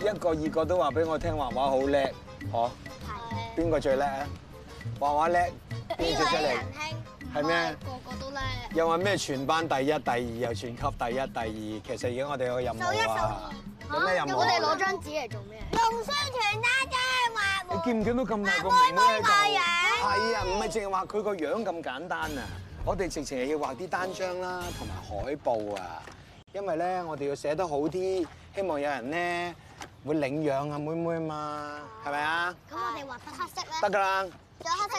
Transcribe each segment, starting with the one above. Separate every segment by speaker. Speaker 1: 一個二個都話俾我聽畫畫好叻，嗬？
Speaker 2: 係
Speaker 1: 邊個最叻啊？畫畫叻邊
Speaker 2: 呢
Speaker 1: 個出
Speaker 2: 位啊仁？
Speaker 1: 嚟
Speaker 2: 兄
Speaker 1: 係咩
Speaker 2: 個個都叻，
Speaker 1: 又話咩全班第一、第二，又全級第一、第二。其實而家我哋有個任務啊，有咩任務啊？
Speaker 2: 我哋攞張紙嚟做咩？
Speaker 3: 用雙全單張
Speaker 1: 你
Speaker 3: 畫
Speaker 1: 見唔見到咁大個名咧？係啊，唔係淨係畫佢個樣咁簡單啊！我哋直情係要畫啲單張啦，同埋海報啊。因為咧，我哋要寫得好啲，希望有人咧會領養啊妹妹嘛，係咪啊？
Speaker 2: 咁我哋畫黑色咧，
Speaker 1: 得㗎啦，
Speaker 3: 仲有黑色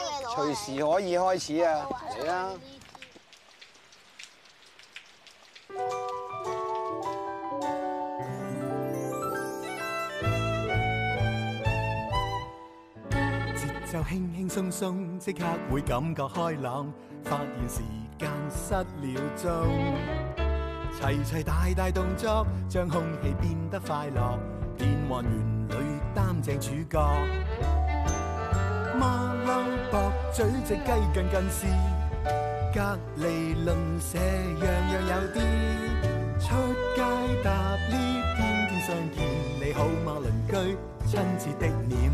Speaker 1: 隨
Speaker 3: 嘅
Speaker 1: 時可以開始啊！嚟啦，
Speaker 4: 節奏輕輕鬆鬆，即刻會感覺開朗，發現時間失了蹤。齊齊大大動作，將空氣變得快樂，變幻園裏擔正主角。馬騮駁嘴隻雞近近視，隔離鄰舍樣樣有啲。出街搭 lift，天天相見，你好嗎鄰居？親切的臉。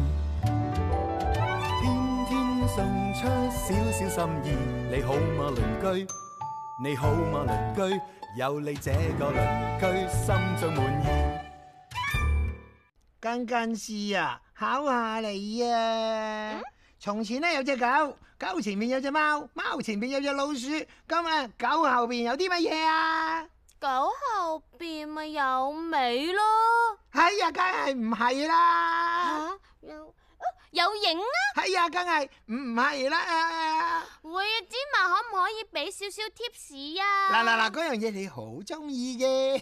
Speaker 4: 天天送出少少心意，你好嗎鄰居？你好嗎鄰居？有你這個鄰居，心中滿意。
Speaker 5: 近近視啊，考下你啊！從前呢有隻狗，狗前面有隻貓，貓前面有隻老鼠。咁啊，狗後邊有啲乜嘢啊？
Speaker 6: 狗後邊咪有尾咯，
Speaker 5: 哎呀，梗係唔
Speaker 3: 啊
Speaker 5: 係啦！
Speaker 6: 有影啊！
Speaker 5: 哎呀，梗係唔係啦！
Speaker 6: 會啊，芝麻可唔可以俾少少 tips
Speaker 3: à.
Speaker 6: 啊？
Speaker 5: 嗱嗱嗱，嗰樣嘢你好中意嘅，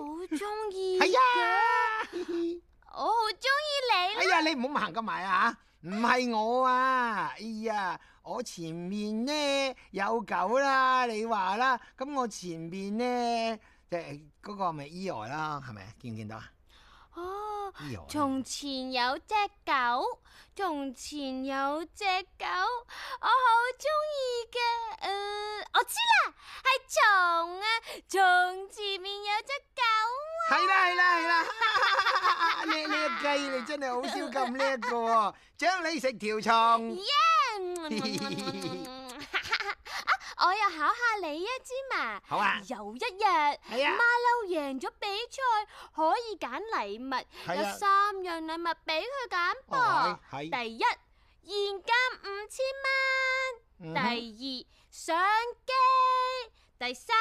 Speaker 6: 我好中意，
Speaker 3: 哎
Speaker 5: 係呀，
Speaker 6: 我好中意你
Speaker 5: 哎
Speaker 6: 啦。
Speaker 5: 呀，你唔好行咁埋啊！唔係我啊，哎呀，我前面呢有狗啦，你話啦，咁我前面呢，就係嗰個咪 E 外啦，係咪啊？見唔見到啊
Speaker 6: 哦，
Speaker 5: ？E 外，
Speaker 6: 從前有隻狗，從前有隻狗，我好中意嘅。誒、我知啦，係蟲啊，蟲前面有隻狗。
Speaker 5: 係啦係啦係啦，你 呢個雞你真係好少咁叻嘅喎，將你食條蟲。
Speaker 6: 啊，我又考下你啊，芝麻。
Speaker 5: 好啊，
Speaker 6: 有一日。
Speaker 5: 係啊
Speaker 6: 馬，騮贏咗比賽，可以揀禮物，
Speaker 5: 係
Speaker 6: 有
Speaker 5: 啊
Speaker 6: 三樣禮物俾佢揀噃
Speaker 5: 哦。係係
Speaker 6: 第一，現金五千蚊；
Speaker 5: 嗯哼
Speaker 6: 第二，相機；第三，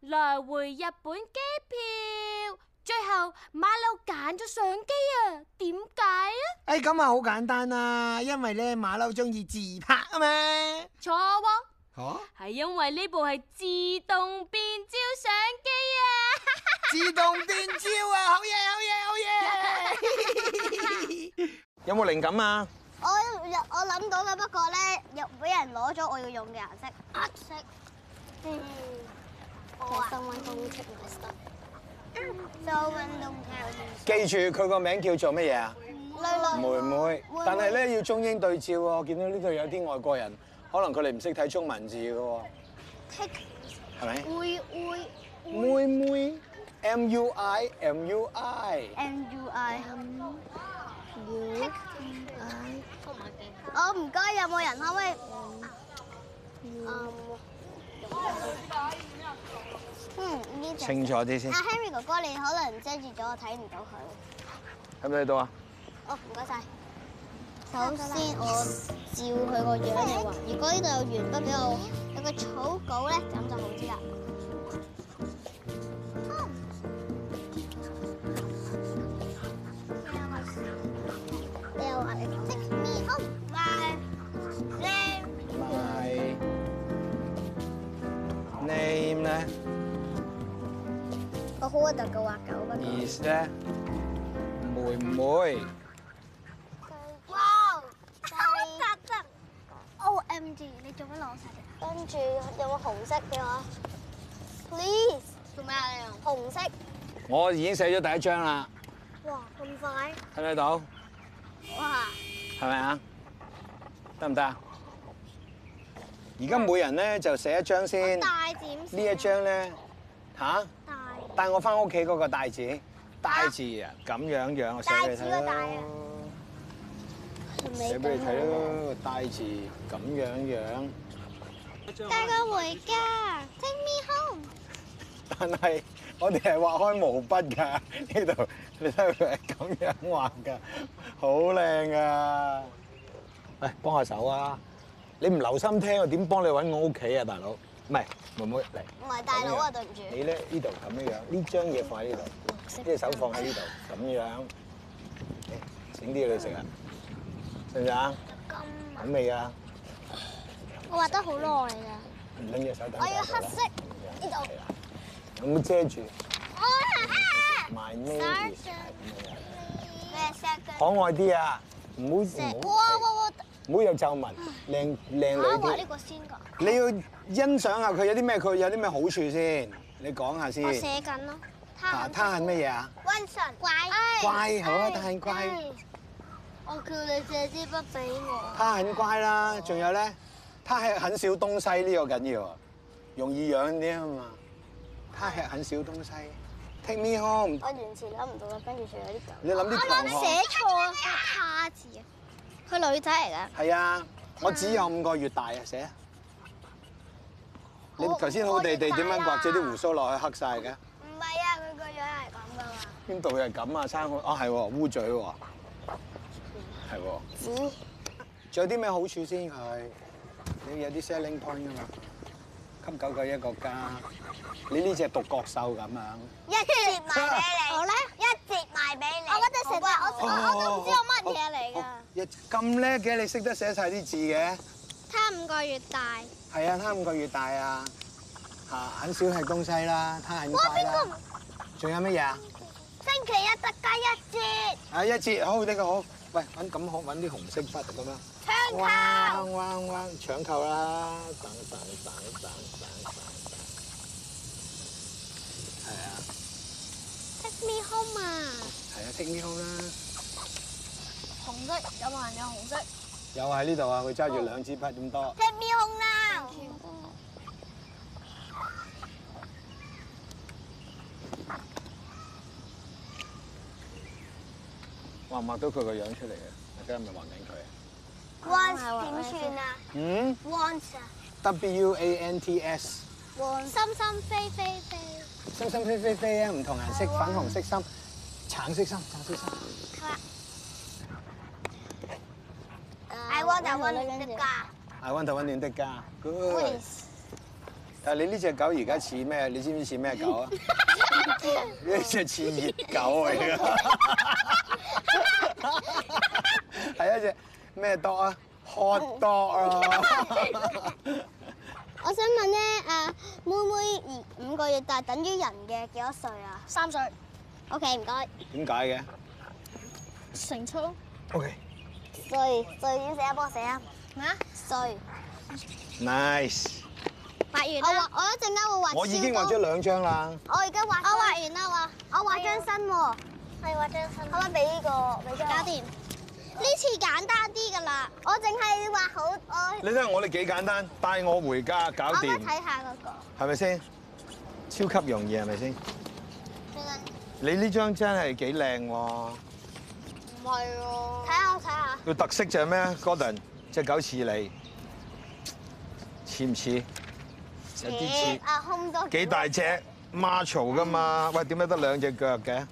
Speaker 6: 來回日本機票。最後馬騮揀咗相機啊？點解啊？
Speaker 5: 誒咁啊好簡單啦，因為咧馬騮中意自拍啊嘛。
Speaker 6: 錯喎，
Speaker 5: 嚇！
Speaker 6: 係因為呢部係自動變焦相機啊！
Speaker 5: 自動變焦啊！好嘢，好嘢，好嘢！
Speaker 1: 有冇靈感啊？
Speaker 3: 我我諗到啦，不過咧又俾人攞咗我要用嘅顏色，黑色。嗯，我啊。Someone don't take my stuff. Ừ. Someone don't tell me.
Speaker 1: 記住佢個名叫做乜嘢啊？妹
Speaker 3: 女
Speaker 1: 妹，但係咧要中英對照喎。我見到呢度有啲外國人，可能佢哋唔識睇中文字嘅喎，係咪？
Speaker 3: 會
Speaker 1: 妹
Speaker 3: 會
Speaker 1: 妹，M U I M U I。
Speaker 3: M U I U I。我唔該，有冇人可唔可以？嗯嗯，呢隻。
Speaker 1: 清楚啲先
Speaker 3: 阿，Henry À, 哥哥，你可能遮住咗，我睇唔到佢。
Speaker 1: 睇唔睇到啊？
Speaker 3: 哦，唔該晒。首先我照佢個樣嚟畫，如果呢度有鉛筆俾我，有個草稿咧，咁就好啲啦。你又話你 take me home, my name
Speaker 1: My name 咧
Speaker 3: 我好核突嘅畫狗不過。
Speaker 1: is 咧妹妹，
Speaker 3: 哇！好突突！O M G！你做乜攞晒？跟住有冇紅色嘅話？Please！做咩啊？你紅色。
Speaker 1: 我已經寫咗第一張啦，
Speaker 3: 哇！咁快！
Speaker 1: 睇唔睇到？
Speaker 3: 哇！
Speaker 1: 係咪啊？得唔得啊？而家每人咧就寫一張先，呢
Speaker 3: 大點先啊
Speaker 1: 一張咧吓，
Speaker 3: 大
Speaker 1: 帶我翻屋企嗰個帶子，大字啊，咁樣樣，我寫俾你睇
Speaker 3: 大字個大
Speaker 1: 啦
Speaker 3: 啊。
Speaker 1: 寫俾你睇啦，大字咁樣樣，
Speaker 3: 帶我回家，Take me home。
Speaker 1: 但係 我哋係畫開毛筆㗎，呢度 你睇佢係咁樣畫㗎，好靚㗎。喂，幫下手啊！你唔留心聽，我點幫你揾我屋企啊，大佬？唔係，妹妹嚟。
Speaker 3: 唔係大佬啊，對唔住。
Speaker 1: 你咧呢度咁樣樣，呢張嘢放喺呢度，呢隻手放喺呢度，咁樣整啲嘢你食啊，得唔得啊？咁味啊，
Speaker 3: 我畫得好耐啦。
Speaker 1: 唔緊要，手等
Speaker 3: 我要
Speaker 1: 陣
Speaker 3: 黑
Speaker 1: 啦
Speaker 3: 色呢度。
Speaker 1: 有冇遮住
Speaker 3: 我
Speaker 1: 埋咩？
Speaker 3: 咩色嘅？
Speaker 1: 可愛啲啊！唔好唔好
Speaker 3: 哇哇哇！
Speaker 1: 唔好有皺紋，靚靚女
Speaker 3: 我畫
Speaker 1: 啲
Speaker 3: 呢。個先㗎。
Speaker 1: 你要欣賞下佢有啲咩，佢有啲咩好處先，你講下先
Speaker 3: 我。寫緊咯。
Speaker 1: 啊，他係乜嘢啊？
Speaker 3: 温神乖，
Speaker 1: 乖好啊，他很乖，
Speaker 3: Ờ,
Speaker 2: 我叫你借支筆俾我，
Speaker 1: 他很乖啦。仲有咧，他吃很少東西呢個緊要啊，容易養啲啊嘛。他吃很少東西，take me home。
Speaker 3: Ờ,
Speaker 2: 我完全諗唔到啦，跟住仲有啲狗。
Speaker 1: 你諗啲強項。
Speaker 2: 錯啊，他字啊，佢女仔嚟㗎。
Speaker 1: 係啊，我只有五個月大啊，寫啊。你頭先好地地點樣刮咗啲胡鬚落去黑晒嘅？
Speaker 3: 唔係啊，佢個樣係咁噶嘛。
Speaker 1: 邊度係咁啊？生好啊係喎，烏嘴喎，係喎。仲有啲咩好處先佢？你有啲 selling point 啊嘛，給狗狗一個家。你呢只獨角獸咁樣。
Speaker 3: 一折賣俾你，我咧一折賣俾你。我嗰陣成日我我都唔知我乜嘢嚟㗎。
Speaker 1: 哦一咁叻嘅，你識得寫晒啲字嘅？
Speaker 3: 他五個月大，
Speaker 1: 係啊，他五個月大啊，嚇很少食東西啦，他很乖啦。仲有乜嘢啊？
Speaker 3: 星期一特價一折，
Speaker 1: 啊一節好呢個好，喂揾咁好揾啲紅色筆咁樣。
Speaker 3: 槍
Speaker 1: 彎
Speaker 3: 購。
Speaker 1: 彎彎搶購啦！等等等等等等等，係啊
Speaker 3: Take me home 啊！
Speaker 1: 係啊，take me home 啦！
Speaker 2: 紅色有冇人有紅色？
Speaker 1: 又喺呢度啊，佢揸住兩支筆咁多。
Speaker 3: Take me home 啦！
Speaker 1: 畫唔畫到佢個樣出嚟嘅？大家係咪畫緊佢啊？
Speaker 3: Once 點算啊
Speaker 1: 嗯
Speaker 3: ？Once à. 啊
Speaker 1: ，W A N T S，
Speaker 3: ，Once 心心飛飛飛，
Speaker 1: 心心飛飛飛啊！唔同顏色，粉紅色心，橙色心，橙色心。
Speaker 3: À, I want I want 特價。
Speaker 1: I want 温暖的家。Good。但係你呢只狗而家似咩？你知唔知似咩狗 啊？呢只似熱狗嚟 噶，係一隻咩 dog 啊？hot dog 啊！
Speaker 3: 我想問咧，誒妹妹而五個月大等於人嘅幾多歲啊
Speaker 2: 三歲，
Speaker 3: à. ？OK，唔該。
Speaker 1: 點解嘅
Speaker 2: 成七咯。
Speaker 1: ？OK，nice。
Speaker 3: 歲歲點寫啊？幫我寫啊。咩啊？歲。
Speaker 2: 畫
Speaker 3: 我
Speaker 2: 完
Speaker 3: 畫
Speaker 2: 啦，
Speaker 3: 我一陣間會畫。
Speaker 1: 我已經畫咗。兩張啦。
Speaker 3: 我而家畫。我畫完啦畫。我畫張新喎。係畫張新。可唔可以俾呢個？俾張。搞掂。呢次簡單啲㗎啦，我淨係畫好我。
Speaker 1: 你睇下我哋幾簡單，帶我回家搞
Speaker 3: 我
Speaker 1: 掂
Speaker 3: 想，睇下嗰個。
Speaker 1: 係咪先？超級容易係咪先？你呢張真係幾靚喎！
Speaker 2: 唔係喎
Speaker 3: 睇。下我睇下。
Speaker 1: 佢特色就係咩？Gordon 只狗似你，似唔似？有啲似。
Speaker 3: 啊，空多
Speaker 1: 幾大隻？Marshall 噶嘛？喂，點解得兩隻腳嘅？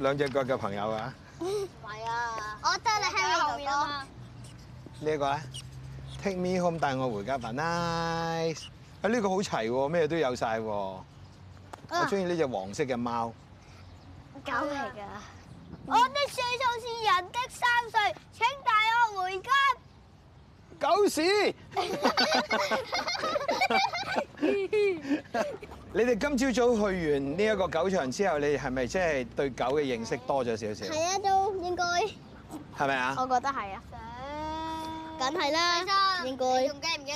Speaker 1: 兩隻腳嘅朋友啊？
Speaker 2: 唔係
Speaker 3: à.
Speaker 2: 啊。
Speaker 3: 我得你
Speaker 2: 喺
Speaker 3: 喺
Speaker 2: 後
Speaker 3: 你
Speaker 2: 面
Speaker 3: 哥哥
Speaker 2: 啊。嘛。
Speaker 1: 呢一個咧，Take me home 帶我回家吧，nice。啊，呢個好齊喎，咩都有晒喎。我中意呢只黃色嘅貓。
Speaker 3: 狗嚟㗎。我的歲數是人的三歲，請帶我回家。
Speaker 1: 狗 屎！你哋今朝早去完呢一個狗場之後，你哋係咪即係對狗嘅認識多咗少少？
Speaker 3: 係啊，都應該，
Speaker 1: 係咪啊？
Speaker 3: 我覺得係啊。À. 梗係啦，應該。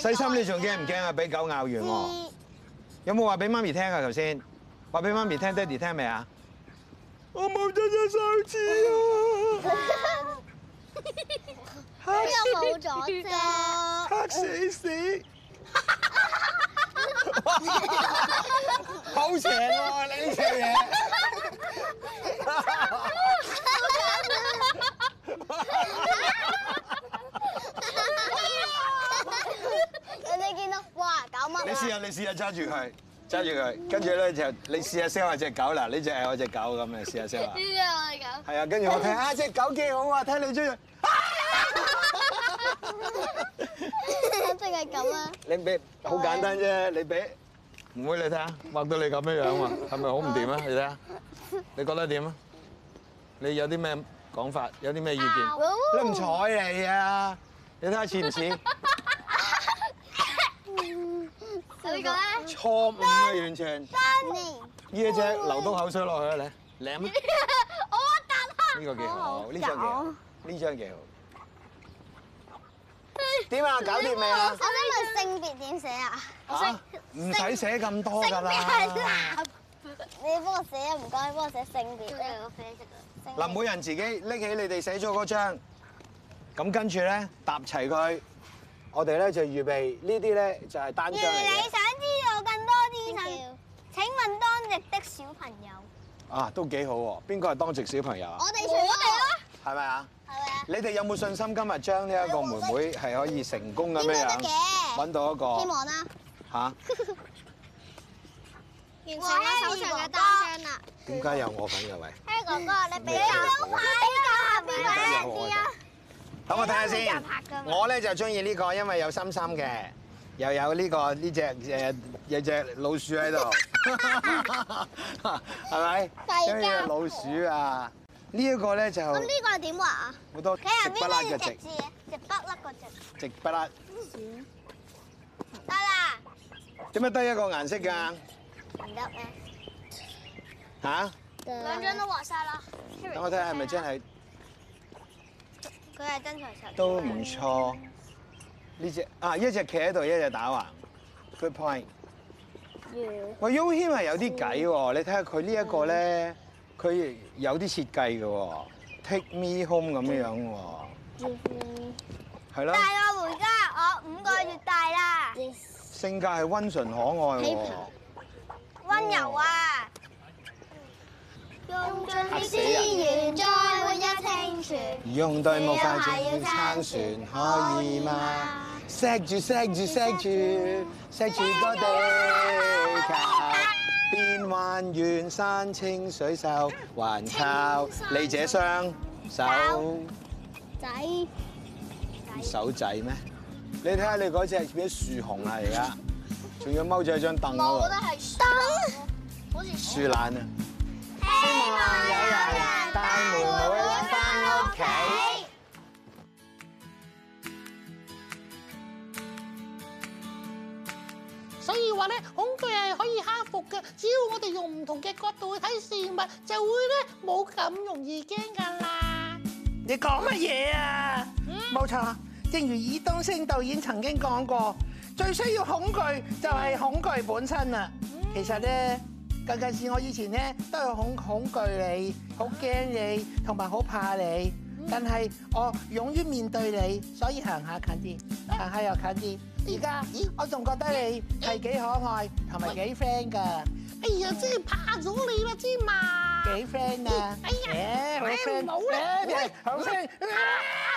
Speaker 1: 細心，你仲驚唔驚啊？俾狗咬完喎， 有冇話俾媽咪聽啊？頭先話俾媽咪聽、爹哋聽未啊？我冇咗隻手 指啊！
Speaker 3: 又冇咗啫。
Speaker 1: 嚇死死！好邪喎！你呢條嘢，
Speaker 3: 人哋見到哇搞乜
Speaker 1: 你試
Speaker 3: 啊？
Speaker 1: 下，你試下揸住佢，揸住佢，跟住咧就你試下 sell 下只狗啦，呢只係我只狗咁，你試下 sell 下。
Speaker 3: 知啊，我哋咁。
Speaker 1: 係啊，跟住我睇啊，只狗幾好啊，睇你中意。
Speaker 3: 即係咁啊！
Speaker 1: 你俾好簡單啫，你俾唔會你睇下，畫到你咁樣樣喎，係咪好唔掂啊？你睇下，你覺得點啊？你有啲咩講法？有啲咩意見？你唔睬你啊！你睇下似唔似？
Speaker 3: 你講啊，
Speaker 1: 錯誤啊，完全！呢
Speaker 3: 你
Speaker 1: 一隻流到口水落去啊，你舐啊！
Speaker 6: 我答 啦，
Speaker 1: 呢個幾好，呢張幾好，呢張幾好。 點啊？搞掂未啊
Speaker 3: 我？想問性別點寫啊？
Speaker 1: 嚇！唔使寫咁多㗎啦。
Speaker 3: 你幫我寫啊，唔該，幫我寫性別呢個啡色啊。性 別
Speaker 1: 嗱，每人自己拎起你哋寫咗嗰張，咁跟住咧搭齊佢。我哋咧就預備呢啲咧就係單張嚟嘅。
Speaker 3: 知道更多資訊，請問當值的小朋友，
Speaker 1: 啊，都幾好喎！邊個係當值小朋友啊
Speaker 3: 我？哋全我哋啦，
Speaker 1: 係咪啊？
Speaker 3: 係咪啊？
Speaker 1: 你哋有冇信心今日將呢一個妹妹係可以成功咁
Speaker 3: 應
Speaker 1: 樣
Speaker 3: 該
Speaker 1: 樣
Speaker 3: 得嘅，
Speaker 1: 揾到一
Speaker 3: 希
Speaker 1: 個
Speaker 3: 望啦。
Speaker 1: 嚇？
Speaker 2: 成
Speaker 3: 完
Speaker 2: 咗手上嘅單
Speaker 3: 張啦。
Speaker 1: 點解有我份嘅喂？
Speaker 3: 嘿，哥哥，你俾
Speaker 1: 你
Speaker 3: 啊！
Speaker 1: 好快
Speaker 3: 啊，俾
Speaker 1: 點解有我份？等我睇下先。我咧就中意呢個，因為有心心嘅，又有呢、個呢只誒有隻老鼠喺度，係咪？
Speaker 3: 家
Speaker 1: 因為有老鼠啊！呢一個咧就
Speaker 3: 咁呢個係點畫啊？
Speaker 1: 好多
Speaker 3: 佢
Speaker 1: 直
Speaker 3: 係
Speaker 1: 不甩
Speaker 3: 邊
Speaker 1: 嘅
Speaker 3: 個直
Speaker 1: 直
Speaker 3: 字？直不甩個直。
Speaker 1: 直不甩，
Speaker 3: 得啦，
Speaker 1: 點解得一個顏色㗎？
Speaker 3: 唔得咩？
Speaker 1: 吓、
Speaker 3: 兩張都畫晒啦。
Speaker 1: 等我睇下係咪真係
Speaker 3: 佢係真材實料。
Speaker 1: 都唔錯。呢只啊，一隻企喺度，一隻打橫。Good point。喂 u h i 係有啲計喎，你睇下佢呢一個咧，佢有啲設計嘅喎，Take me home 咁樣樣喎。係啦，
Speaker 3: 帶我回家，我五個月大啦，
Speaker 1: 性格係温順可愛喎。
Speaker 3: 温柔啊！用盡你資源，再換一清泉。
Speaker 1: 用對木筷子撐船可以嗎？錫住錫住錫住錫住個地球，變幻遠山清水秀，還靠你這雙手
Speaker 3: 仔，
Speaker 1: 手仔咩？你睇下你嗰隻變咗樹熊啦，而家仲要踎咗喺張凳嗰度，
Speaker 3: 係燈，好似
Speaker 1: 樹懶啊！
Speaker 3: 希望有人
Speaker 1: 帶妹妹翻屋企。
Speaker 7: 所以話咧，恐懼係可以克服嘅，只要我哋用唔同嘅角度去睇事物，就會咧冇咁容易驚㗎啦。
Speaker 5: 你講乜嘢啊？冇錯，正如爾冬陞導演曾經講過，最需要恐懼就係恐懼本身啊。其實咧，近近是我以前咧都係恐恐懼你、好驚你同埋好怕你，但係我勇於面對你，所以行下近啲，行下又近啲。而家我仲覺得你係幾可愛同埋幾 friend 㗎，
Speaker 7: 哎呀，真係怕咗你啦，芝麻。
Speaker 5: 幾 friend 啊！
Speaker 7: 哎呀
Speaker 5: 誒好 friend，
Speaker 7: 唔好啦
Speaker 5: 誒好 friend。啊